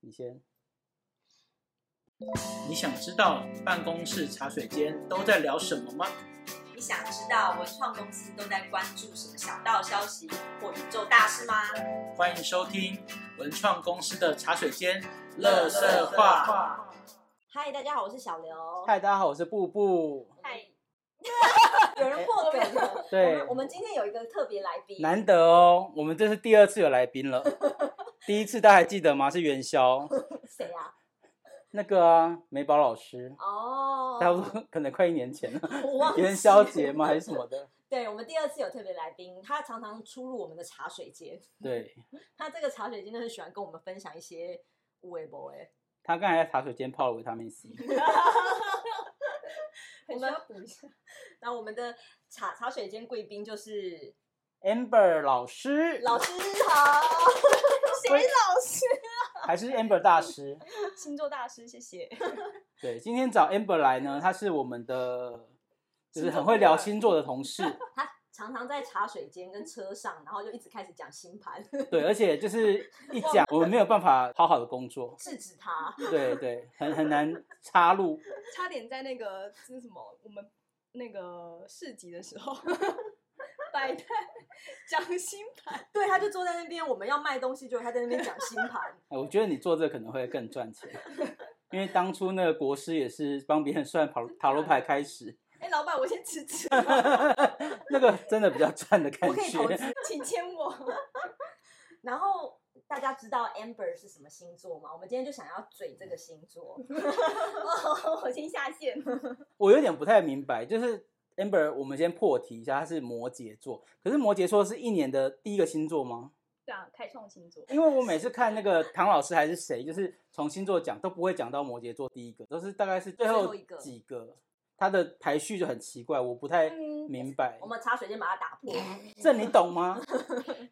你先。你想知道办公室茶水间都在聊什么吗？你想知道文创公司都在关注什么小道消息或宇宙大事吗？欢迎收听文创公司的茶水间乐色话。嗨，大家好，我是小刘。嗨，大家好，我是布布。 嗨，有人破梗了。对我们我们今天有一个特别来宾，难得哦，我们这是第二次有来宾了。第一次大家还记得吗？是元宵谁啊？那个啊，美宝老师，哦，差不多可能快一年前了，我忘记元宵节吗？还是什么的？对，我们第二次有特别来宾，他常常出入我们的茶水间。对，他这个茶水间呢，很喜欢跟我们分享一些微博哎，他刚才在茶水间泡了维他命 C。我们要补一下。那我们的茶茶水间贵宾就是 Amber 老师，老师好，谁老师？啊还是 Amber 大师？星座大师，谢谢。对，今天找 Amber 来呢，他是我们的，就是星座很会顾聊问星座的同 事。他常常在茶水间跟车上，然后就一直开始讲星盘，对，而且就是一讲，我们没有办法好好的工作。制止他。对对，很很难插入。 差点在那个那什么，我们那个市集的时候，摆摊讲星盘，对，他就坐在那边，我们要卖东西，就他在那边讲星盘。哎我觉得你做这可能会更赚钱，因为当初那个国师也是帮别人算塔塔罗牌开始，哎、老板，我先辞职，那个真的比较赚的感我可以投觉。资请签 我。然后大家知道 Amber 是什么星座吗？我们今天就想要嘴这个星座。哦，我先下线。 我有点不太明白，就是 Amber，我们先破题一下，他是摩羯座，可是摩羯座是一年的第一个星座吗？对啊，开创星座。因为我每次看那个唐老师还是谁，就是从星座讲都不会讲到摩羯座第一个，都是大概是最最后后一个几个，他的排序就很奇怪，我不太嗯明白我。们茶水间把它打破。这你懂吗？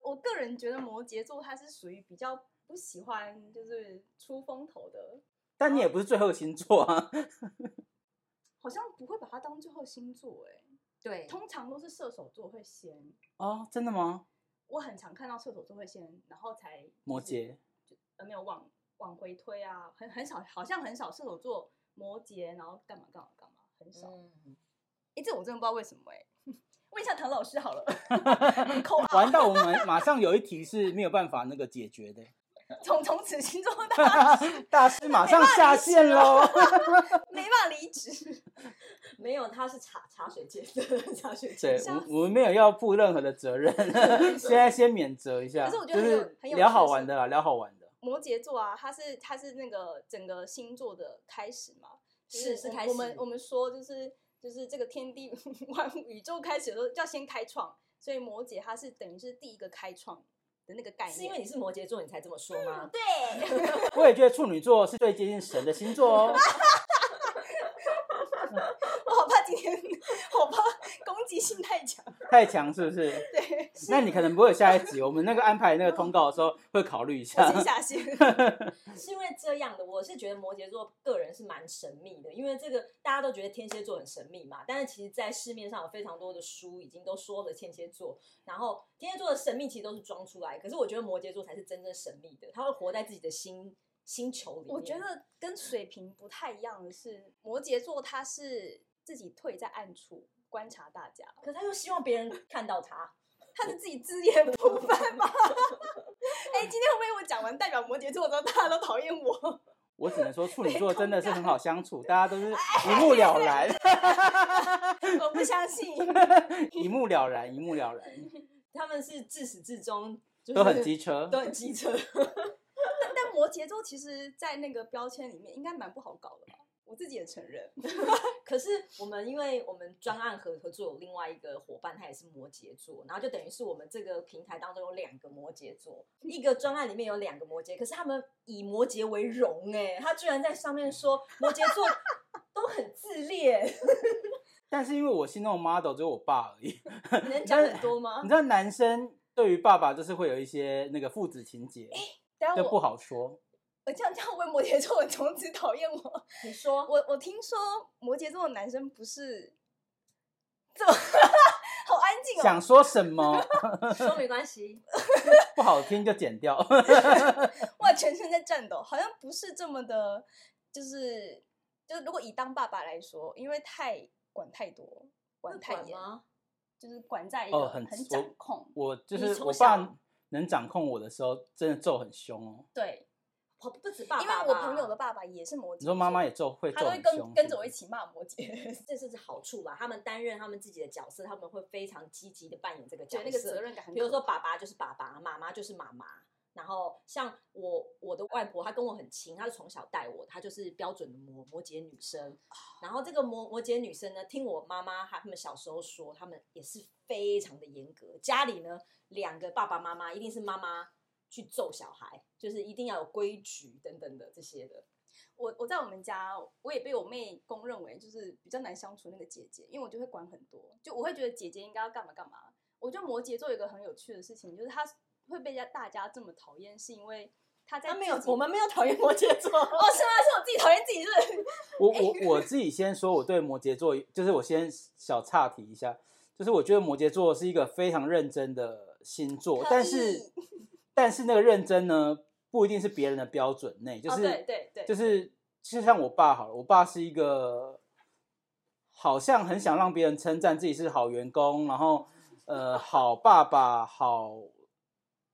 我个人觉得摩羯座他是属于比较不喜欢就是出风头的，但你也不是最后星座啊。 好像不会把它当最后星座哎、对，通常都是射手座会先。哦，真的吗？我很常看到射手座会先，然后才就是摩羯，呃没有往往回推啊，很很少，好像很少射手座、摩羯，然后干嘛干嘛干嘛，很少。哎、嗯，这我真的不知道为什么哎、 问一下唐老 师好了，啊玩到我们马上有一题是没有办法那个解决的，从从此星座大大师马上下线喽。没办法离职。没有，他是茶茶水间 茶水对间。，我我们没有要负任何的责任，现在先免责一下。可是我觉就得很有是很有聊趣好是玩的啦，聊好玩的。摩羯座啊，它是它是那个整个星座的开始嘛，就是是我开我们始我们说就是就是这个天地 万物宇宙开始的时候要先开创，所以摩羯它是等于是第一个开创的那个概念。是因为你是摩羯座，你才这么说吗？对。我也觉得处女座是最接近神的星座哦。我好怕今天， 好怕攻击性太强。太强是不是？ 对，那你可能不会有下一集。我们那个安排那个通告的时候会考虑一我下。先下线。 是因为这样的，我是觉得摩羯座个人是蛮神秘的，因为这个大家都觉得天蝎座很神秘嘛，但是其实，在市面上有非常多的书已经都说了天蝎座，然后天蝎座的神秘其实都是装出来，可是我觉得摩羯座才是真正神秘的，他会活在自己的星星球里面。我觉得跟水瓶不太一样的是，摩羯座他是自己退在暗处观察大家，可是他又希望别人看到他，他是自己自言不 犯嘛。哎、今天会不会我讲完代表摩羯座之后，大家都讨厌 我？我只能说处女座真的是很好相处，大家都是哎一目了然，我不相信。 一目了然，一目了然，他们是自始至终、就是、都很机车都。很机车。但但摩羯座其实，在那个标签里面应该蛮不好搞的吧？我自己也承认。可是我们因为我们专案合合作有另外一个伙伴，他也是摩羯座，然后就等于是我们这个平台当中有两个摩羯座，一个专案里面有两个摩羯，可是他们以摩羯为荣哎、他居然在上面说摩羯座都很自恋，但是因为我心中的 model 只有我爸而已，你能讲很多吗 你？知道男生对于爸爸就是会有一些那个父子情节，等下就不哎我，好说。我这样这样问摩羯座，我从此讨厌我。你说我我听说摩羯座的男生不是这么 好好安静哦。想说什么说没关 系，不好听就剪掉。 哇，全身在颤抖，好像不是这么的，就是就是，如果以当爸爸来说，因为太管太多，管太管严，吗？就是管在一哦个很很我掌控。我就你是从我小爸能掌控我的时候，真的揍很凶哦。对，我不止爸爸，因为我朋友的，爸爸也是摩羯座，你说妈妈也揍，会他揍都会很跟凶，跟着我一起骂摩羯，这是好处吧？他们担任他们自己的角色，他们会非常积极的扮演这个角对色，那个责任感很比可怕。如说爸爸就是爸爸，妈妈就是妈妈。然后像我我的外婆，她跟我很亲，她是从小带我，她就是标准的摩摩羯女生。然后这个摩摩羯女生呢，听我妈妈她们小时候说，她们也是非常的严格。家里呢，两个爸爸妈妈一定是妈妈去揍小孩，就是一定要有规矩等等的这些的。我我在我们家，我也被我妹公认为就是比较难相处那个姐姐，因为我就会管很多，就我会觉得姐姐应该要干嘛干嘛。我觉得摩羯座有一个很有趣的事情，就是她会被家大家这么讨厌，是因为她在她没有自，己我们没有讨厌摩羯 座。哦，是吗？是我自己讨厌自己是不是我我我自己先说，我对摩羯座，就是我先小岔题一下，就是我觉得摩羯座是一个非常认真的星座可，但 是但是那个认真呢，不一定是别人的标准内，就哦，是、对对对，就是就像我爸好了，我爸是一个好像很想让别人称赞自己是好员工，然后呃好爸爸、好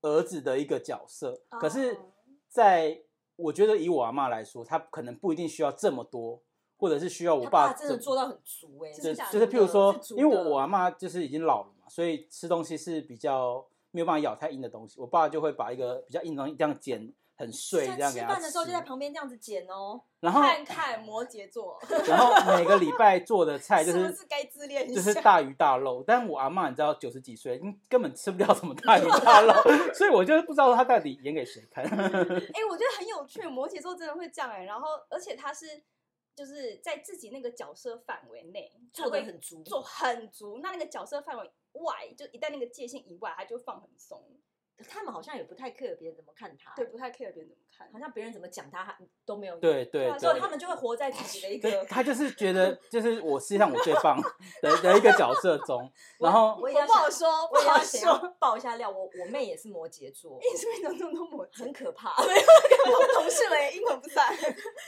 儿子的一个角色。可是哦，在我觉得以我阿妈来说，她可能不一定需要这么多，或者是需要我她爸真的这做到很足哎、欸，就真假的就是譬如说是，足的因为我我啊阿妈就是已经老了嘛，所以吃东西是比较没有办法咬太硬的东西，我爸就会把一个比较硬的东西这样剪。很碎，这样给吃他饭的时候就在旁边这样子剪哦。然后看看摩羯座 然后每个礼拜做的菜就是不是该自恋一就是下？大鱼大肉，但我阿嬷你知道九十几岁，嗯根本吃不掉什么大鱼大 肉，所以我就不知道她到底演给谁看。 哎、我觉得很有趣，摩羯座真的会这样哎、然后而且他是就是在自己那个角色范围内做的的很足，做很足，那那个角色范围外，就一旦那个界限以外，他就放很松，他们好像也不太 care 别人怎么看他，对，，不太 care 别人怎么 看好。像别人怎么讲他他都没有，，对对啊所以对他，们就会活在自己的一对个。 他就是觉得就是我世界上我最棒的的一个角色中，然后我也我要不好想，说，不我也好要想说。要爆一下料，我我妹也是摩羯座，你是不是怎么那么多摩羯？很可怕。我同事们也阴魂不散。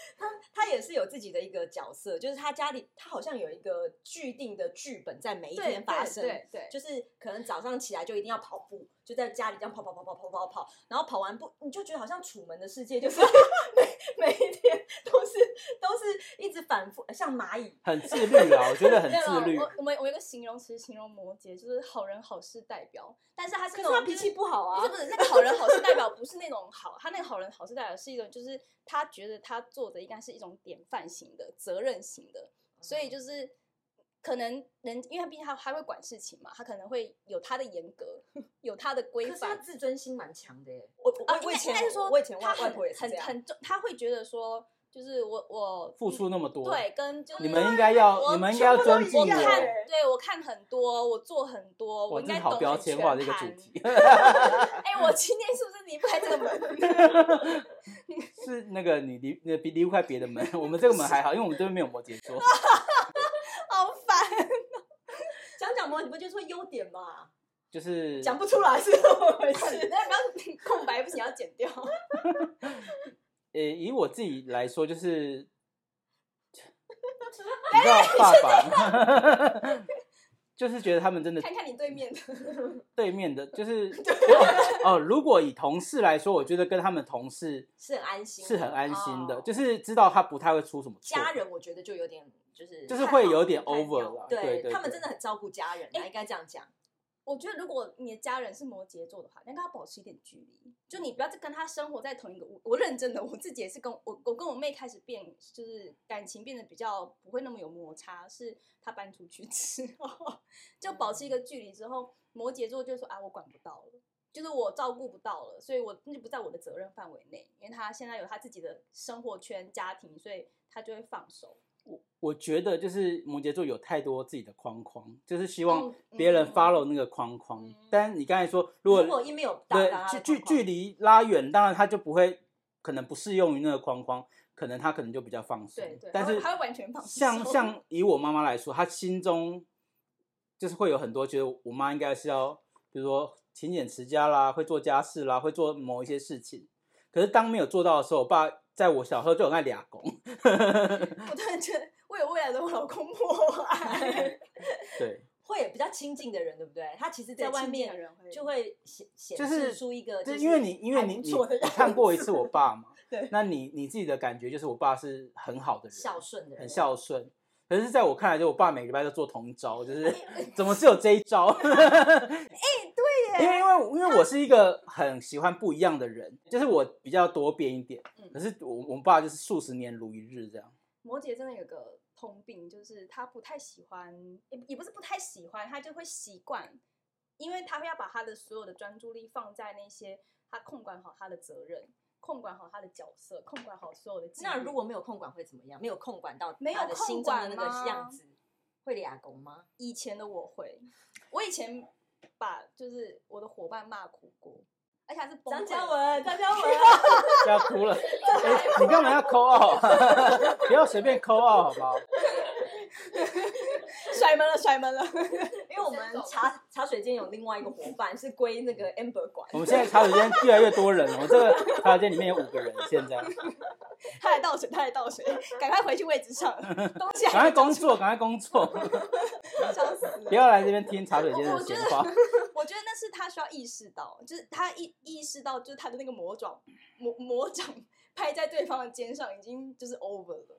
她也是有自己的一个角色，就是她家里她好像有一个剧定的剧本在每一对，天发生，对对，就就是可能早上起来就一定要跑步，就在家里这样跑跑跑跑跑跑跑，然后跑完步你就觉得好像楚门的世界，就是 每每一天都是都是一直反复，像蚂蚁。很自律啊，我觉得很没有自啦律。我我们我有一个形容词形容摩羯，就是好人好事代表，但是他是可那是种他脾就是气不好不是啊，不是，那个好人好事代表不是那种好，他那个好人好事代表是一种，就是他觉得他做的应该是一种典范型的、责任型的，所嗯以就是可能人，因为他毕竟他他会管事情嘛，他可能会有他的严格， 有他的规可是他范。自尊心蛮强的耶。我啊，我应我该以应前该是说，我以前他外外很婆也是这很样，很重，他会觉得说，就是我我嗯付出那么多，对跟就是你们应该要我你们应该要尊敬我我。看对我看很多，我做很多，我哇，应这是该好懂标很签全化的一个主盘题， 哎、我今天是不是离不开这个门？ 是那个你离那离不开别的门，我们这个门还好，因为我们这边没有摩羯 座。好烦。讲讲嘛，你不就说优点嘛？就是讲不出来是怎么回是，事？嗯那不要 空白不行，要剪掉。 呃，以我自己来说，就是，你知道爸爸，就是觉得他们真的看看你对面的，对面的，就是哦哦，如果以同事来说，我觉得跟他们同事是很安心，是很安心的，哦就是知道他不太会出什么错。家人我觉得就有点就是就是会有点太好 over 太好啦对对对他们对真的很照顾家人啊，哎应该这样讲。我觉得如果你的家人是摩羯座的话，你要跟他保持一点距离，就你不要再跟他生活在同一个屋。我认真的，我自己也是跟我我跟我妹开始变，就是感情变得比较不会那么有摩擦，是她搬出去之后，就保持一个距离之后，摩羯座就说啊，我管不到了。就是我照顾不到了，所以我那就不在我的责任范围内，因为他现在有他自己的生活圈、家庭，所以他就会放手。我觉得就是摩羯座有太多自己的框框，就是希望嗯别人嗯 follow 那个框框。嗯但你刚才说，如如果果一没有达对到，距距距离拉远，当然他就不会，可能不适用于那个框框，可能他可能就比较放松。对对，但他会是他会完全放手像像以我妈妈来说，她心中就是会有很多觉得我妈应该是要，比如说勤俭持家啦，会做家事啦，会做某一些事情。可是当没有做到的时候，我爸在我小时候就很爱俩工，我突然觉得为了未来的我老公默 哀，对，会有比较亲近的人，对不对？他其实在外亲近的面人会就会显显就示是出一个，就是因为你因为还你不你错的你样看过一子次我爸嘛，对那你你自己的感觉就是我爸是很好的人， 孝顺的人，很孝顺。可是，在我看来，就我爸每个礼拜都做同一招，就是 怎么只有这一招？ 哎对因为耶，因为我因为我是一个很喜欢不一样的人，就是我比较多变一点嗯。可是我我爸就是数十年如一日这样，摩羯真的有个通病，就是他不太喜欢，也也不是不太喜欢，他就会习惯，因为他会要把他的所有的专注力放在那些他控管好他的责任，控管好他的角色，控管好所有的纪律。那如果没有控管会怎么样？没有控管到没有他的心控中的管那个吗样子，会俩拱吗？以前的我会，我以前把就是我的伙伴骂哭过，而且还是崩张溃嘉文，张嘉文，就要哭了。 哎、你干嘛要抠傲？ 不要随便抠傲，好不好？甩门了，甩门了。 因为我们茶茶水间有另外一个伙伴是归那个 Amber 管，我们现在茶水间越来越多人了，我这个茶水间里面有五个人，现在 他来倒水，他来倒 水，赶快回去位置上，东西赶快还没工作，赶快工作， 笑死了不。要来这边听茶水间的闲话。我觉得那是他需要意识到，就是他意意识到，就是他的那个魔爪魔魔掌 拍在对方的肩上，已经就是 over 了，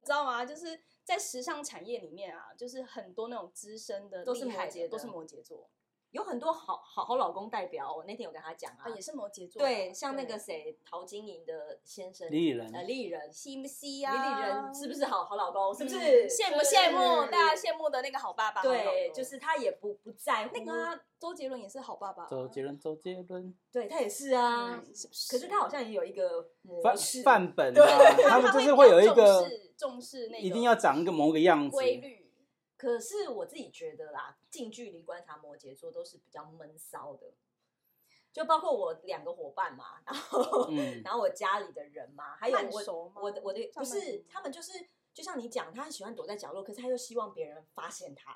你知道吗？就是在时尚产业里面啊，就是很多那种资深的都是厉害摩羯的都的是摩羯座有很多好好好老公代表。我那天有跟他讲啊啊，，也是摩羯座啊，对，像那个谁陶晶莹的先生李李仁呃，丽人，西不西李呀、李仁是不是好好老公？啊是不是嗯羡慕羡慕？大家慕？羡慕的那个好爸爸，好老对，公就是他也不不在乎那个啊、周杰伦也是好爸爸啊、周杰伦，周杰伦，对他也是啊。嗯是不是？可是他好像也有一个模范式，范本啊，他们就是会有一个重视重视那个一定要长一个某个样子，规律。可是我自己觉得啦，近距离观察摩羯座都是比较闷骚的，就包括我两个伙伴嘛，然后、嗯 然后我家里的人嘛，还有慢熟我吗我的我的上不班是族他们就是就像你讲，他很喜欢躲在角落，可是他又希望别人发现他，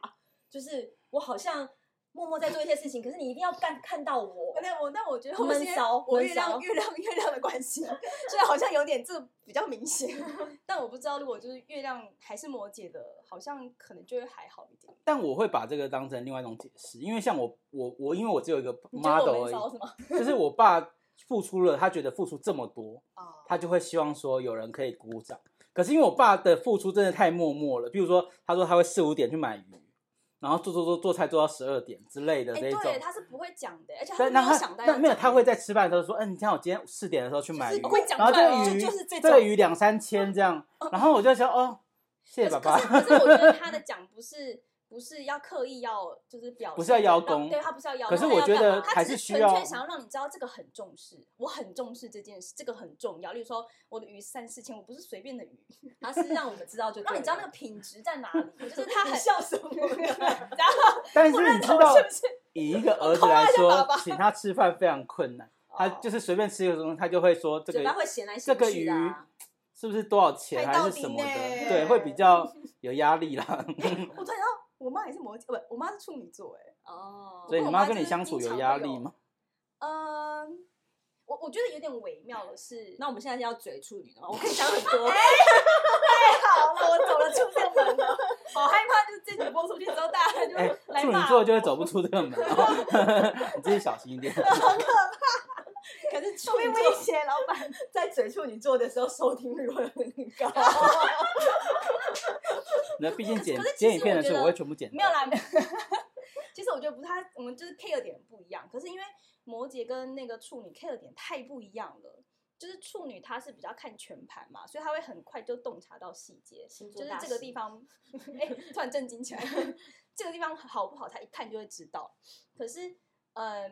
就是我好像默默在做一些事情，可是你一定要干看到 我，那我那我觉得会不会是因为闷骚我月闷骚亮月亮月亮的关系， 所以好像有点这比较 明显。但我不知道，如果就是月亮还是摩羯的，好像可能就会还好一点。但我会把这个当成另外一种解释，因为像我我我，因为我只有一个你觉得 model 而我闷骚是已，吗？就是我爸付出了，他觉得付出这么多，啊，他就会希望说有人可以鼓掌。可是因为我爸的付出真的太默默了，比如说他说他会四五点去买鱼，然后做做做做菜做到十二点之类的哎，这一种。对，他是不会讲的，而且他但没那有他想到要但没有，讲他会在吃饭的时候说：“嗯，你看我今天四点的时候去买就是鱼，会讲然后出来个哦鱼就是这这个种嗯鱼两三千这样。”然后我就想：“哦，谢谢爸 爸。”可是可是我觉得他的讲不是不是要刻意要就是表现，不是要邀功对他不是要邀可功，是他要我觉干得嘛他还只是是需纯要粹想要让你知道这个很重视，我很重视这件事，这个很重要。例如说我的鱼三四千，我不是随便 的鱼，他是让我们知道 就对了，让你知道那个品质在哪里， 就是他很你笑什么啊 然后但不是你认知同道，是不是？以一个儿子抠来他的爸说爸，请他吃饭非常困 难。他哦就是随便吃一个东西，他就会说这嘴巴个会闲来这闲个去鱼的啊、是不是多少还钱还到是底什么的，呢哦对，会比 较有压力啦。我突然想到，我妈也是摩羯，不，我妈是处女座，哎，哦，所以我你妈妈跟就你是相处经有常压会力有吗？ 嗯，我我觉得有点微妙的是，那我们现在是要嘴处女的吗？我可以讲很多，哎好了，我走了出这个门了， 好害怕，就是这集播出去之后，大家就哎，来处女骂。座就会走不出这个 门哦，你自己小心一点。可是 处我被女威座胁，老板，在嘴处女座的时候收听率会很高。那毕竟剪可是其实剪影片的事，我觉得我会全部剪掉。 没有啦，没有。 其实我觉得不太，我们就是 care 点不一样。可是因为摩羯跟那个处女 care 点太不一样了，就是处女她是比较看全盘嘛，所以她会很快就洞察到细节，星座就是大这个师 地方，哎、突然震惊起来，这个地方好不好，她一看就会知道。可是，呃，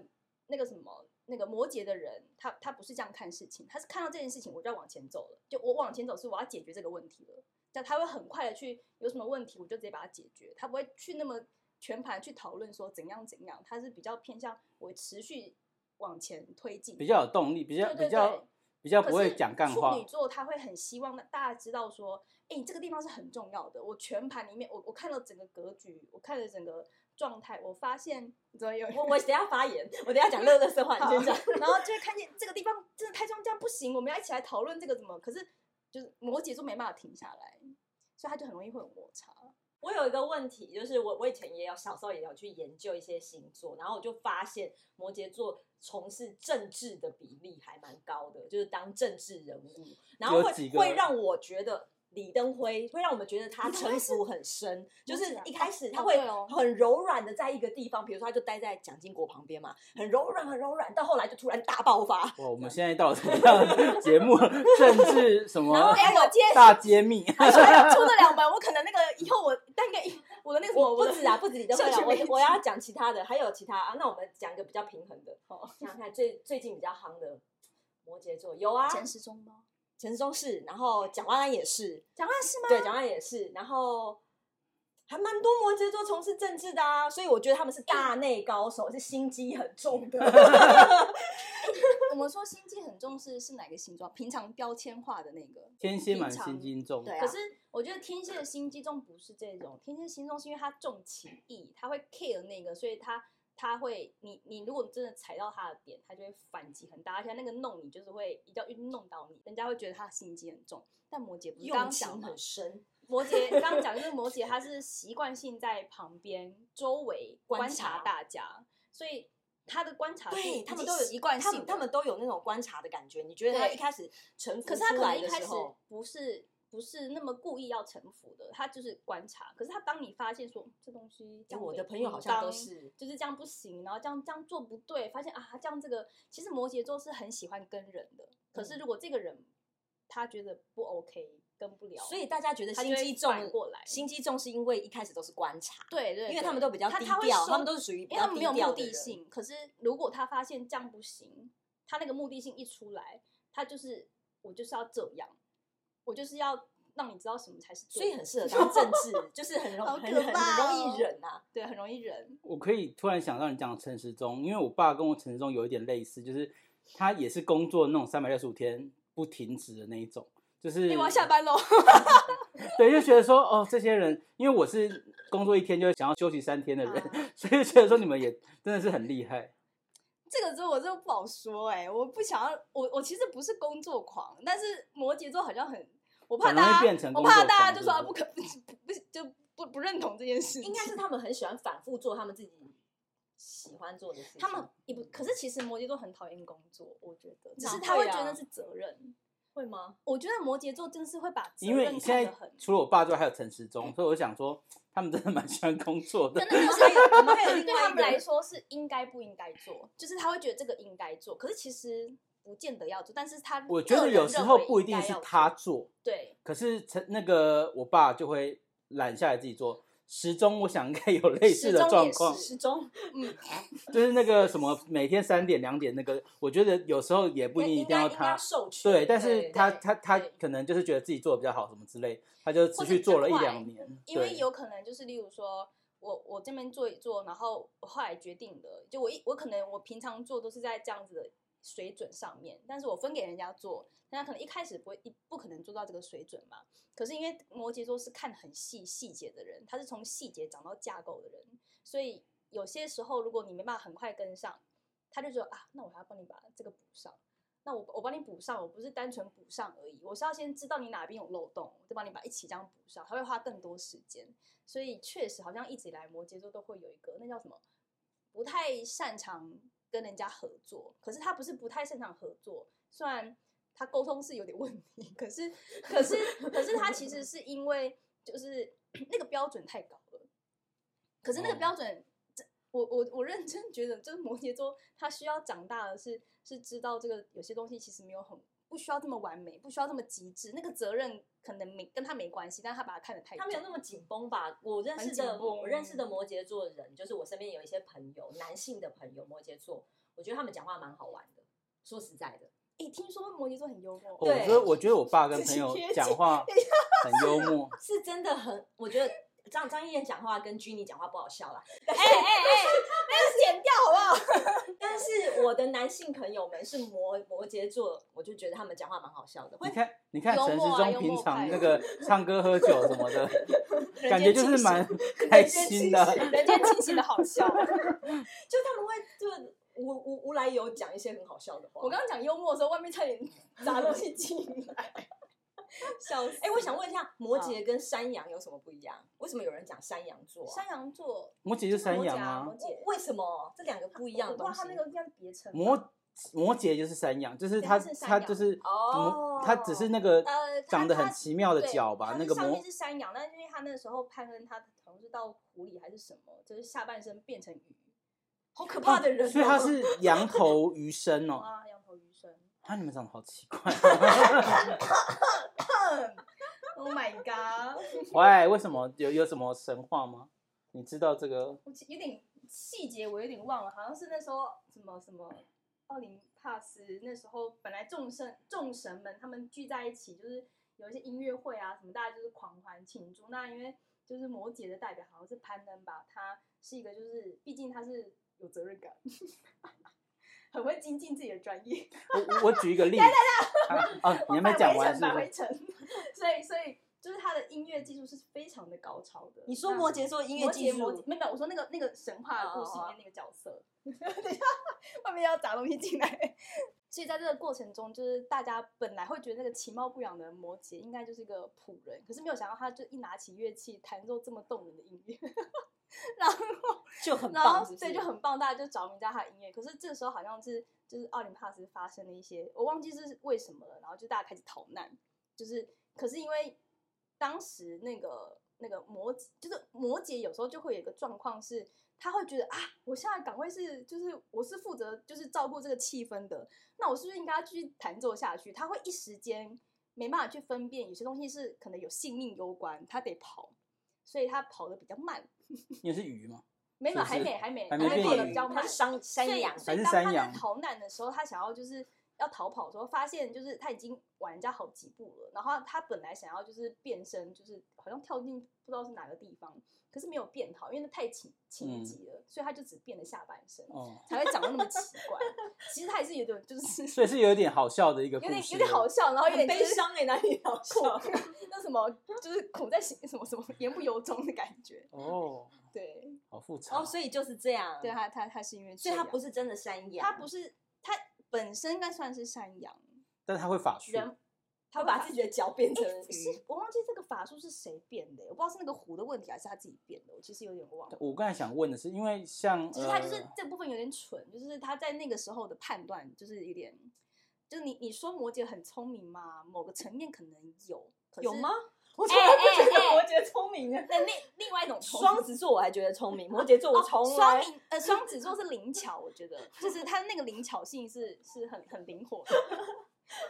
那个什么，那个摩羯的人，他他不是这样看事情，他是看到这件事情，我就要往前走了，就我往前走是我要解决这个问题了。但他会很快的去有什么问题，我就直接把它解决，他不会去那么全盘去讨论说怎样怎样，他是比较偏向我持续往前推进，比较有动力，比较对对比较对比较可不会是讲干话处女。座他会很希望大家知道说，哎、你这个地方是很重要的，我全盘里面我我看了整个格局，我看了整个状态，我发现怎么有 我我等一下发言，我等一下讲乐乐色话，你先讲。然后就会看见这个地方真的太重，这样不行，我们要一起来讨论这个怎么。可是就是摩羯座没办法停下来，所以他就很容易会有摩擦。 我有一个问题，就是我我以前也有小时候也有去研究一些星座，然后我就发现摩羯座从事政治的比例还蛮高的，就是当政治人物，然后有几会个会让我觉得。李登辉会让我们觉得他李登辉城是府很深，就是摩羯啊一开始哦他哦会对哦很柔软的在一个地方，比如说他就待在蒋经国旁边嘛，很柔软很柔软，到后来就突然大爆哦发，哇，我们现在到什么样的节目？ 政治什然后哎么还有我今天大揭秘？ 出得了门，我可能那个以后我大概我 的那个什么我不的止啊，不止你都会社啊群，媒体我我要讲其他的，还有其他啊。那我们讲一个比较平衡的，哦想想看最最近比较夯的摩羯座有啊，前十中吗？陈松是，然后蒋万安也是，讲话是吗？对，蒋万安也是，然后还蛮多摩羯座从事政治的啊，所以我觉得他们是嗯大内高手，是心机很重的。 我们说心机很重视是哪个星座？平常标签化的那个。天蝎蛮平常心机重，对啊可是我觉得天蝎的心机重不是这种，天蝎心重是因为他重情义，他会 care 那个，所以他他会你你如果真的踩到他的点，他就会反击很大，而且那个弄你就是会一定要一弄到你，人家会觉得他心机很重。但摩羯不是刚用刚讲情嘛很，深，摩羯刚刚讲就是摩羯，他是习惯性在旁边周围观观察察大家，所以他的观察是对已他们经都有习惯他性们的，他们都有那种观察的感觉。你觉得他对一开始臣服可是他出可来能一的开时始候，不是不是那么故意要臣服的，他就是观察。可是他当你发现说嗯这东西这哎样我违的朋友好不像都当是就是这样不行，然后这样这样做不对，发现啊这样这个其实摩羯座是很喜欢跟人的，可嗯是如果这个人他觉得不 OK，跟不了，所以大家觉得他心就会机重反过来心机重是因为一开始都是观察，对对，因为对他们都比较他低他会调，收他们都是属于比因为他较们低没有调目的的人。性。可是如果他发现这样不行，他那个目的性一出来，他就是我就是要这样，我就是要让你知道什么才是所以对的很适 合当政治，就是很容好很可很怕很容哦易忍 啊。对，很容易忍。我可以突然想到你讲陈时中，因为我爸跟我陈时中有一点类似，就是他也是工作那种三百六十五天不停止的那一种，就是哎，我要下班喽。对，就觉得说哦，这些人，因为我是工作一天就会想要休息三天的人，啊所以就觉得说你们也真的是很厉害。 这个之后我真的不好说哎、我不想要，我我其实不是工作狂，但是摩羯座好像很，我怕很容易大家变，成我工怕作大狂家就说啊对不不可 不不不就不不认同这件事情，应该是他们很喜欢反复做他们自己喜欢做的事情。他们也不，可是其实摩羯座很讨厌工作，我觉得，只哪是他会会觉啊得那是责任。会吗？我觉得摩羯座真是会把责因为任你看现得在很，除了我爸之外，还有陈时中，所以我想说，他们真的蛮喜欢工作的真。的就是 我们还 有另对外他一们个来说是应该不应该做，就是他会觉得这个应该做，可是其实不见得要做，但是他我觉个得人有时认候为不一应定该是要他做做，对，可是陈那个我爸就会揽下来自己做。时钟，我想应该有类似时的钟状也况，是时钟就是那个什么每天三点两点那个，我觉得有时候也不一定一嗯应定该要应该他要，授权。对，但是他对他他对可能就是觉得自己做的比较好什么之类，他就持或者续比较做了一快两年，因为对有可能就是例如说。我我这边做一做，然后我后来决定的，就我一我可能我平常做都是在这样子的水准上面，但是我分给人家做，那他可能一开始不会一不可能做到这个水准嘛。可是因为摩羯座是看很细细节的人，他是从细节长到架构的人，所以有些时候如果你没办法很快跟上，他就说啊，那我还要帮你把这个补上。那我我帮你补上，我不是单纯补上而已，我是要先知道你哪边有漏洞，我再帮你把一起这样补上，他会花更多时间。所以确实好像一直以来摩羯座都会有一个那叫什么，不太擅长跟人家合作。可是他不是不太擅长合作，虽然他沟通是有点问题，可是可是可是他其实是因为就是 那个标准太高了，可是那个哦标准。这我我我认真觉得，就是摩羯座，他需要长大的是是知道这个有些东西其实没有很不需要这么完美，不需要这么极致，那个责任可能没跟他没关系，但他把他看得太他没有重那么紧绷吧？我认识很紧的我绷嗯认识的摩羯座人，就是我身边有一些朋友，男性的朋友摩羯座，我觉得他们讲话蛮好玩的。说实在的，哎、听说摩羯座很幽默，哦我对觉得我觉得我爸跟朋友 贴近讲话很幽默，是真的很，我觉得张张一燕讲话跟 Jenny 讲话不好笑啦，哎哎哎，那个剪掉好不好？ 但是我的男性朋友们是摩摩羯座，我就觉得他们讲话蛮好笑的，你会看，你看幽陈时默啊中幽平默常派那个 唱歌喝酒什么的，人感觉间就是清蛮醒开人间心清的。醒 人间清醒的好 笑。就他们会就无无无来由讲一些很好笑的话。我刚刚讲幽默的时候，外面差点砸东西进来，笑死！哎、我想问一下，摩羯跟山羊有什么不一样？为什么有人讲山羊座、啊？ 山羊座摩羯就就是山摩羯羊啊啊摩，为羯为什么这两个不一样的东哇，我西？不知道他那个应该是别称吧。摩摩羯就是山羊，就是对它它是山它羊就是哦摩，它只是那个呃它长得很它奇妙的对角吧它，那是个上摩面是山羊，但是因为他那时候潘恩他好像是到湖里还是什么，就是下半身变成鱼，好可怕的人哦、所以它是 羊头鱼身哦。啊，羊头鱼身。啊，你们长得好奇 怪。 Oh my god！喂，为什么有有什么神话吗？你知道这个？我其有点细节我有点忘了，好像是那时候什么什么奥林帕斯那时候本来众神众神们他们聚在一起，就是有一些音乐会啊什么，大家就是狂欢庆祝。那因为就是摩羯的代表好像是潘恩吧，他是一个就是毕竟他是有责任感， 很会精进自己的专业。我我我举一个例子。啊 啊，你还没返讲回完程是返不回是？程 所以所以就是他的音乐技术是非常的高超的。你说那摩羯座音乐技术摩羯摩羯没有没有，我说那个那个神话的故事里哦哦哦面那个角色， 等一下外面要砸东西进来。所以在这个过程中，就是大家本来会觉得那个其貌不扬的摩羯应该就是个仆人，可是没有想到他就一拿起乐器弹奏这么动人的音乐， 然后就很然棒后是不是，对就很棒，大家就着迷在他的音乐。可是这个时候好像是就是奥林帕斯发生了一些，我忘记是为什么了，然后就大家开始逃难，就是可是因为当时那个那个摩羯就是摩羯有时候就会有一个状况是。他会觉得啊，我现在岗位是就是我是负责就是照顾这个气氛的，那我是不是应该继续弹奏下去？他会一时间没办法去分辨，有些东西是可能有性命攸关，他得跑，所以他跑得比较慢，你是鱼吗？没是有，不还是没，还没，还没变过得鱼比较它慢是。山山羊，所还以是当山他在羊逃难的时候，他想要就是要逃跑的时候，发现就是他已经晚人家好几步了。然后他本来想要就是变身，就是好像跳进不知道是哪个地方，可是没有变好，因为那太紧嗯紧急了，所以他就只变了下半身，哦，才会长得那么奇怪。其实他也是有 点就是所以是有一点好笑的一个有故点事。有点好笑，然后有很点悲就是伤哎、哪里好笑？ 那什么就是苦在心什么什么言不由衷的感觉。哦，对，好复杂。哦，所以就是这样，对，他他他是因为所以他这样不是真的山羊，它不是它本身应该算是山羊，但他会法术，人他会把自己的脚变 成诶是鱼，我忘记这个法术是谁变的，我不知道是那个湖的问题还是他自己变的，我其实有点忘了。我刚才想问的是，因为像只是他就是呃这部分有点蠢，就是他在那个时候的判断就是有点，就是你你说摩羯很聪明嘛，某个层面可能有，可是有吗？？我从来不觉得摩羯聪明啊。那另另外一种聪明哎 双子座我还觉得聪明，摩羯座我哦从双来明呃双子座是灵巧，我觉得就是他那个灵巧性是是很很灵活的。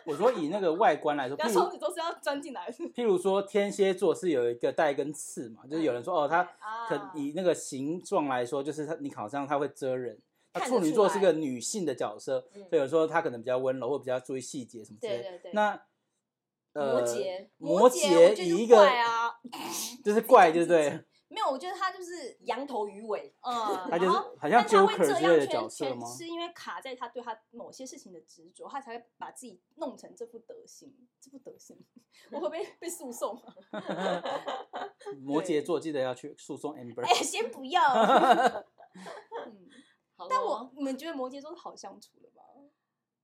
我说以那个外观来说，然譬后双如子座是要钻进来的，譬如说天蝎座是有一个带根刺嘛，就是有人说哦，他啊可以那个形状来说，就是他你好像他会遮人。那看处得女出座是来个女性的角色，嗯所以有时候她可能比较温柔，或比较注意细节什么之类对的。对对，那呃，摩羯，摩羯，羯我觉得以一就个怪啊，就是怪，对不自己对？没有，我觉得他就是羊头鱼尾， 嗯，他就是然后好像但他会 Joker 这之类的样角圈色圈吗是因为卡在他对他某些事情的执着，他才会把自己弄成这副德行，这副德行，我会被被诉讼吗。 摩对羯座记得要去诉 讼 Amber。哎，先 不要。嗯，好哦但咯我你们觉得摩羯座是好相处的吗？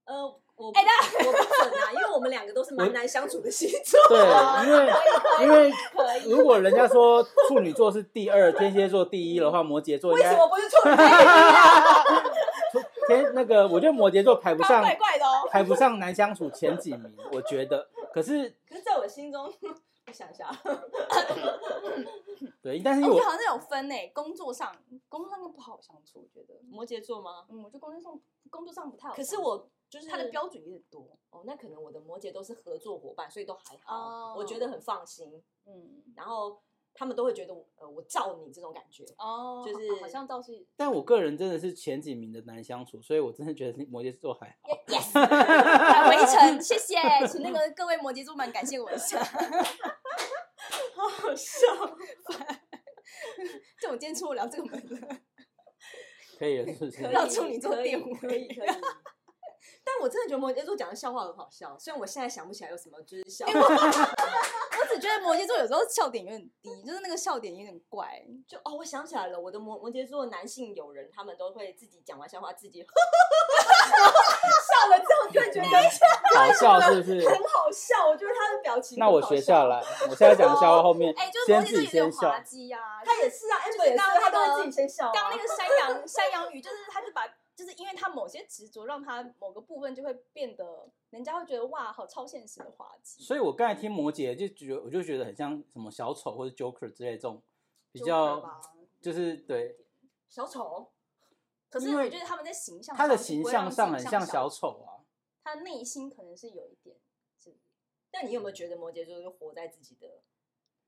呃，我哎那我不准啊，因为我们两个都是我蛮难相处的星座。对，因为哎因为可 以，如果人家说处女座是第二，天蝎座第一的话，摩羯座应为什该么不是 啊处女座？天那个，我觉得摩羯座排不上，怪怪的哦。排不上难相处前几名，我觉得。可是可是在我心中， 我想一下，对，但是哎因我为觉得我好像有分诶，工作上，工作上跟不好相处，我觉得。摩羯座吗？嗯，我觉得工作上工作上不太好可相处。是我就是他的标准有点多。哦，那可能我的摩羯都是合作伙伴，所以都还哦好，我觉得很放心。嗯，然后他们都会觉得我呃我照你这种感觉，哦，就是好好像倒 是但我个人真的是前几名的难相处，所以我真的觉得摩羯座还好。 yes，返回 程，谢谢，请那 个各位摩羯座们感谢我一下。好笑。我今天出不了这个门了，可以了，是 不是？可以让处女座可以玷污可以可以。 但我真的觉得摩羯座讲的笑话很好笑，虽然我现在想不起来有什么就是笑话，我只觉得摩羯座有时候笑点有点低，就是那个笑点有点怪，就哦，我想起来了，我的摩摩羯座男性友人，他们都会自己讲完笑话自己， 笑了之后就会觉得好笑是不是？很好笑，我觉得他的表情。那我学下。来，我现在讲笑话后面 哎、就是摩先自己羯座有点先笑滑。稽啊，他也是啊就是，amber 也是，刚刚他都那个会自己先笑啊。刚那个山羊山羊语，就是他就把，就是因为他某些执着，让他某个部分就会变得，人家会觉得哇，好超现实的滑稽。所以我刚才听摩羯就觉我就觉得很像什么小丑或者 Joker 之类这种比较就是对小丑，可是因为我觉得他们在形象上他的就不形会象让自上己很像小，丑啊。他内心可能是有一点那你有没有觉得摩羯座就活在自己的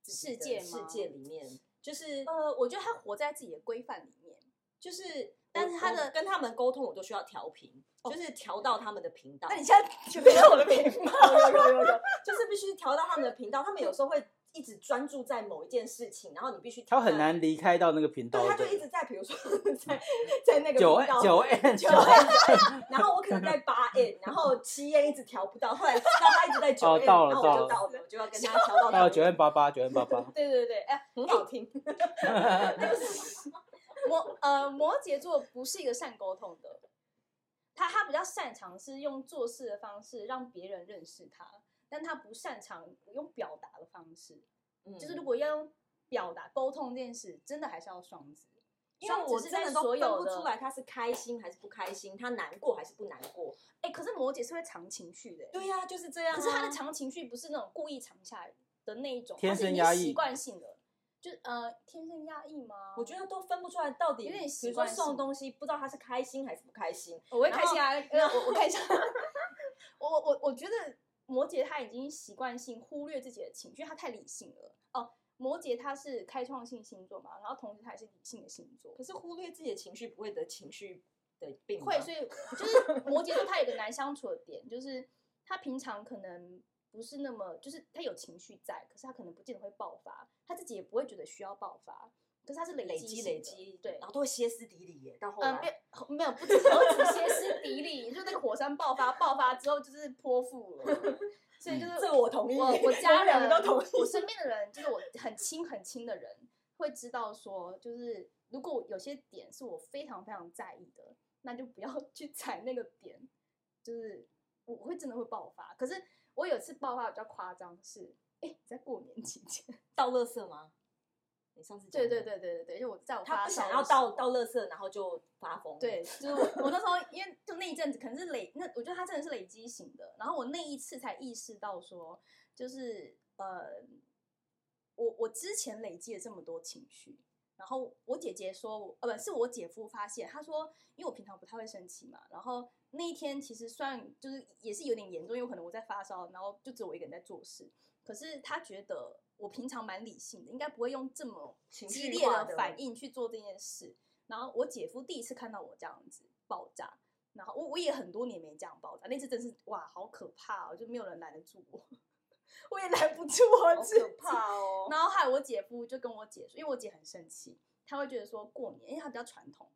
自己世的界吗世界里面？就是呃，我觉得他活在自己的规范里面，就是，但我是他我的哦跟他们沟通，我都需要调频，就是调到他们的频道。那你现 在就没有我的评吗？有有有有有，就是必须调到他们的频道。他们有时候会一直专注在某一件事情，然后你必须他很。难离开到那个频道对，他就一直在，比如说在在那个九频道 N 九 N 九九 N，然后我可能在八 N，然后七 N 一直调不到，后来知道他一直在九 N，哦到了然后我就到到了，我就要跟他调到到九90 N 八八九 N 八八。对对对，哎、很好听。摩呃摩羯座不是一个善沟通的，他他比较擅长是用做事的方式让别人认识他，但他不擅长用表达的方式。 嗯就是如果要用表达沟通这件事，真的还是要双子，因为我双子是真的在都所分有不的出来他是开心还是不开心，他难过还是不难过。哎、可是摩羯是会藏情绪的、欸对呀、就是这样啊、可是他的藏情绪不是那种故意藏下来的那一种，天它是生你压抑习惯性的，就呃天生压抑吗？我觉得都分不出来到底，有点比习如说惯性送东西，不知道他是开心还是不开心。我会开心啊，呃，我我看一下， 我我我我觉得摩羯他已经习惯性忽略自己的情绪，他太理性了哦。摩羯他是开创性星座嘛，然后同时他也是理性的星座，可是忽略自己的情绪，不会得情绪的病吗。会，所以就是摩羯座他有个难相处的点，就是他平常可能不是那么，就是他有情绪在，可是他可能不见得会爆发，他自己也不会觉得需要爆发，可是他是累累积积性累的积，对然，后都会歇斯底里耶。到后来，嗯，没有没有，不止何止歇斯底里，就那个火山爆发，爆发之后就是泼妇 了，所以就是、嗯这我同意 我我我们家人两个都同意我身边的人就是我很亲很亲的人会知道说，就是如果有些点是我非常非常在意的，那就不要 去踩那个点，就是我我会真的会爆发。可是我有一次爆发比较夸张是，哎，在过年期间， 倒垃圾吗？你上次讲对的对，对对对对，就我在我他发不烧想的要时倒候倒垃圾，然后就发疯。对，，就是我我那时候，因为就那一阵子可能是累，那我觉得他真的是累积型的。然后我那一次才意识到说，就是呃，我我之前累积了这么多情绪。然后我姐姐说我，呃，不是我姐夫发现，他说，因为我平常不太会生气嘛。然后那一天其实算就是也是有点严重，因为可能我在发烧，然后就只有我一个人在做事。可是他觉得我平常蛮理性的，应该不会用这么情激绪烈化的的反应去做这件事。然后我姐夫第一次看到我这样子爆炸，然后我我也很多年没这样爆炸，那次真是哇，好可怕哦，就没有人拦得住我， 我也拦不住我好自己可。怕哦。然后还有我姐夫就跟我姐说，因为我姐很生气，她会觉得说过年，因为她比较传统，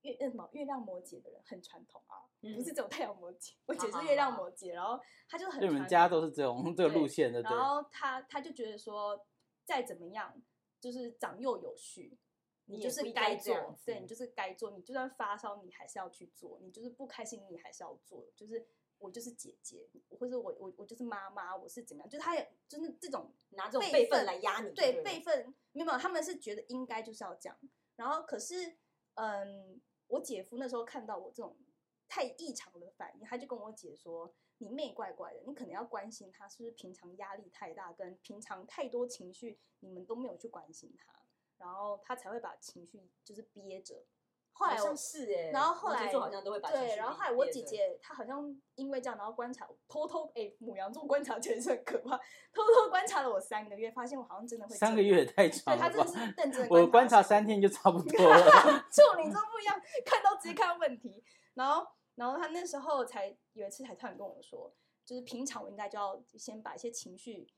月呃那什么月亮摩羯的人很传统啊，嗯啊不是只有太阳摩羯，我姐好是好月亮好摩羯，然后她就很就你传们家统都是这种这个路线的，对然。后他他就觉得说，再怎么样，就是长幼有序，你你也就不是应该该这样做，对子你就是该做，你就算发烧你还是要去做，你就是不开心你还是要做，就是我就是姐姐，或者我我我就是妈妈，我是怎么样，就是他也就是这种 拿这种辈辈分分来压你就对了辈分没有，他们是觉得应该就是要这样。然后可是，嗯，我姐夫那时候看到我这种太异常的反应，他就跟我姐说：“你妹怪怪的，你可能要关心她是不是平常压力太大，跟平常太多情绪，你们都没有去关心她，然后她才会把情绪就是憋着。”后好来欸我像是哎，然后后摩羯来座好像都会把情绪对，然后后来我憋姐着姐她好像因为这样，然后观察偷偷哎、母羊座观察真是很可怕，偷偷观察了我三个月，发现我好像真的会三这个样月也太长对他了真的吧？是认真地我观察三 三天就差不多了。 处女座不一样，看到直接看到问题。然后，然后他那时候才有一次才突然跟我说，就是平常我应该就要先把一些情绪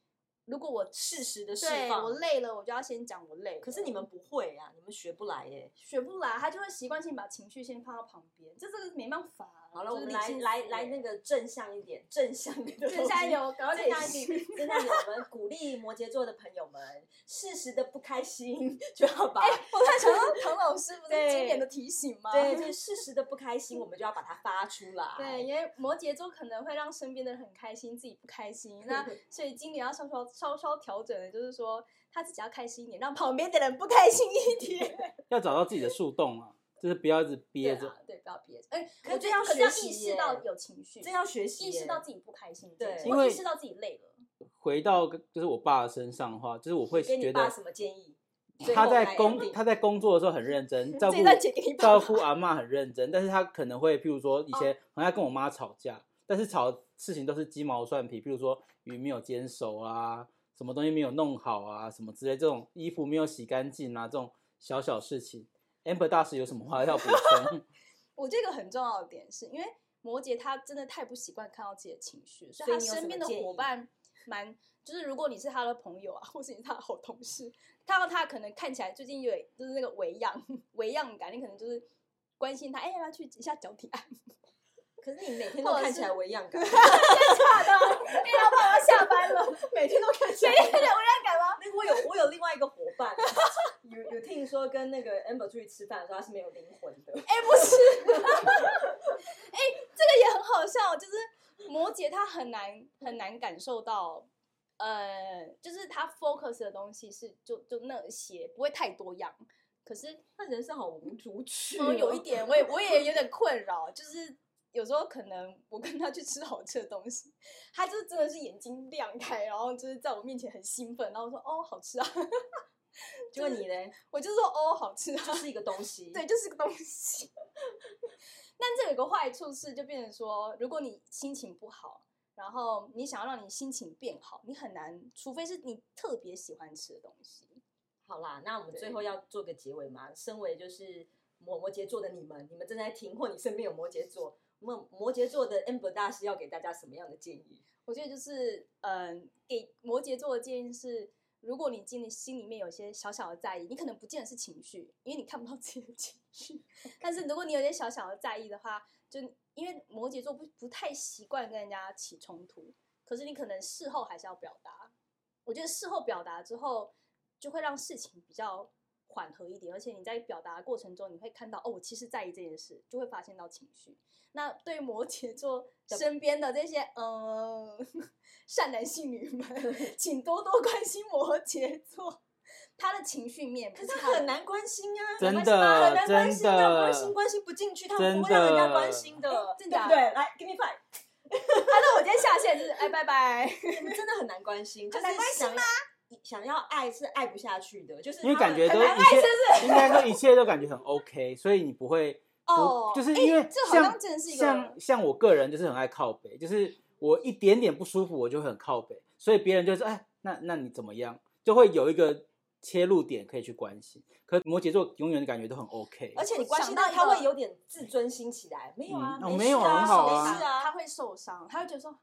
如果我适时的释对放。我累了，我就要先讲我累了。可是你们不会啊呀、你们学不来欸耶。学不来，他就会习惯性把情绪先放到旁边，这这个没办法啊。好了，就我是们理来性思来维来那个正向一点，正向一点，正向一点，我搞正点向一点，正向一点。我们鼓励摩羯座的朋友们，适时的不开心就要把哎、 我突然想到唐老师不是对经典的提醒吗？对，就是适时的不开心，我们就要把它发出来。 对，，因为摩羯座可能会让身边的人很开心，自己不开 心。那所以今年要稍稍稍稍调整的，就是说他自己要开心一点，让旁边的人不开心一点。要找到自己的树洞啊，就是不要一直憋对着啊。，对，不要憋着。哎、可我是觉这得要可是学要习意耶识到有情绪，这要学习耶，欸意识到自己不开心这件对事，因或为意识到自己累了。回到就是我爸的身上的话，就是我会给你觉爸得什么建议？他最后在来工 ending 他在工作的时候很认真，照这一段顾剪给你爸照爸顾阿嬷很认真，但是他可能会，譬如说以哦前好像跟我妈吵架，但是吵事情都是鸡毛蒜皮，譬如说鱼没有煎熟啊，什么东西没有弄好啊，什么之类，这种衣服没有洗干净啊，这种小小事情。Amber 大师有什么话要补 充？我这个很重要的点是因为摩羯他真的太不习惯看到自己的情绪，所所以以他你有什身么边的建伙议伴蛮就是，如果你是他的朋友啊，或是你是他的好同事，看到他可能看起来最近有点就是那个微恙微恙感，你可能就是关心他，哎、要不要去一下脚底按可是你每天都或者看起来是我一样 感，啊摩？的，哎因为老板要下班了， 每天都看起谁来有点微恙感吗？那个我有我有另外一个伙伴， 有有听说跟那个 Amber 出去吃饭的时候，他是没有灵魂 的。哎、不是， 哎、这个也很好笑，就是摩羯他很难很难感受到，呃，就是他 focus 的东西是就就那些，不会太多样。可是，他人生好无主趣、哦嗯，有一点，我也我也有点困扰，就是有时候可能我跟他去吃好吃的东西，他就是真的是眼睛亮开，然后就是在我面前很兴奋，然后我说哦好吃啊， 结果你呢，我就说哦好吃啊，就是一个东 西。对，，就是个东西。 但这有个坏处是，就变成说，如果你心情不好，然后你想要让你心情变好，你很难，除非是你特别喜欢吃的东西。好啦，那我们最后要做个结尾嘛。身为就是摩摩羯座的你们，你们正在听，或你身边有摩羯座，那么摩羯座的 Amber 大师要给大家什么样的建议？我觉得就是，嗯、给摩羯座的建议是，如果你今里心里面有些小小的在意，你可能不见得是情绪，因为你看不到自己的情绪。但是如果你有些小小的在意的话，就因为摩羯座不不太习惯跟人家起冲突，可是你可能事后还是要表达。我觉得事后表达之后，就会让事情比较缓和一点，而且你在表达的过程中，你会看到哦，我其实在意这件事，就会发现到情绪。那对摩羯座身边的这些嗯、呃、 善男信女 们，请多多关心摩羯座他的情绪面，可可是他很难关心啊，真的很难关心啊，真的关心关心不进去，他们不会让人家关心哎的，啊真的对不对？来，give me five，反正我今天下线就是哎拜拜，你们 真的很难关心，就是很难关心想要想要爱是爱不下去的，就是因为他感们觉很都难一切，应该说一切都感觉很 OK，所以你不会哦不就是哎因为这好像、像真的是一个像像我个人就是很爱靠北，就是我一点点不舒服我就很靠北，所以别人就说哎，那那你怎么样，就会有一个切入点可以去关心。可摩羯座永远感觉都很 OK，而且你我关想心到到一他个会有点自尊心起来，没有啊，嗯哦没没有事啊啊，很好啊没事啊，他会受伤，他会觉得说。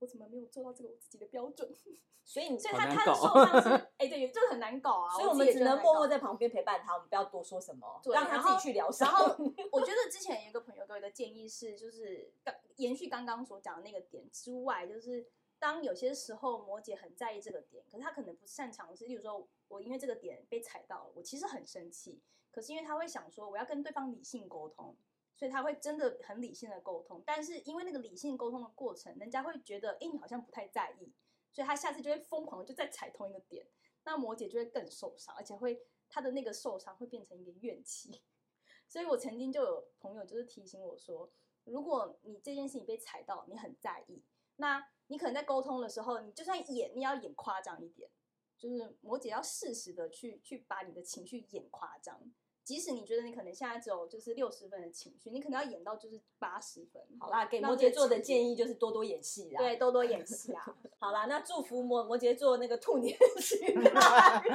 我怎么没有做到这个我自己的标准？ 所以你所所以好他难他的搞受 伤是，哎、对，就是很难搞啊。以我们自己也只觉得能很默难默搞在旁边陪伴他，我们不要多说什么，对让他自己去疗伤然。后 我觉得之前有一个朋友给我的建议是，就是刚延续刚刚所讲的那个点之外，就是当有些时候摩羯很在意这个点，可是他可能不擅长的是，例如说我因为这个点被踩到了，我其实很生气，可是因为他会想说我要跟对方理性沟通。所以他会真的很理性的沟通，但是因为那个理性沟通的过程，人家会觉得，哎、你好像不太在意，所以他下次就会疯狂的就再踩同一个点，那摩羯就会更受伤，而且会他的那个受伤会变成一个怨气。 所以我曾经就有朋友就是提醒我说，如果你这件事情被踩到，你很在意，那你可能在沟通的时候，你就算演，你也要演夸张一点，就是摩羯要适时的去去把你的情绪演夸张，即使你觉得你可能现在只有就是六十分的情绪，你可能要演到就是八十分。 好啦，给摩羯座的建议就是多多演戏啦。对，，多多演戏啊。好啦，那祝福摩摩羯座那个兔年 行大运，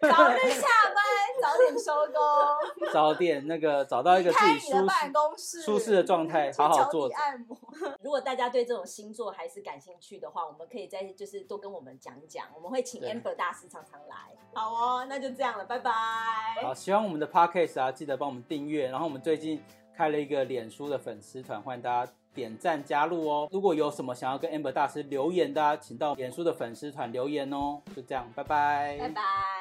早日下班，早点收工。早点那个找到一个自己离开你舒的适办公室，舒适的状态去好好脚坐底着按摩。如果大家对这种星座还是感兴趣的话，我们可以再就是多跟我们讲一讲，我们会请对 Amber 大师常常来。好哦，那就这样了，拜拜。好，喜欢我们的 podcast 啊，记得帮我们订阅。然后我们最近开了一个脸书的粉丝团，欢迎大家点赞加入哦。如果有什么想要跟 Amber 大师留言的、啊，请到脸书的粉丝团留言哦。就这样，拜拜拜拜。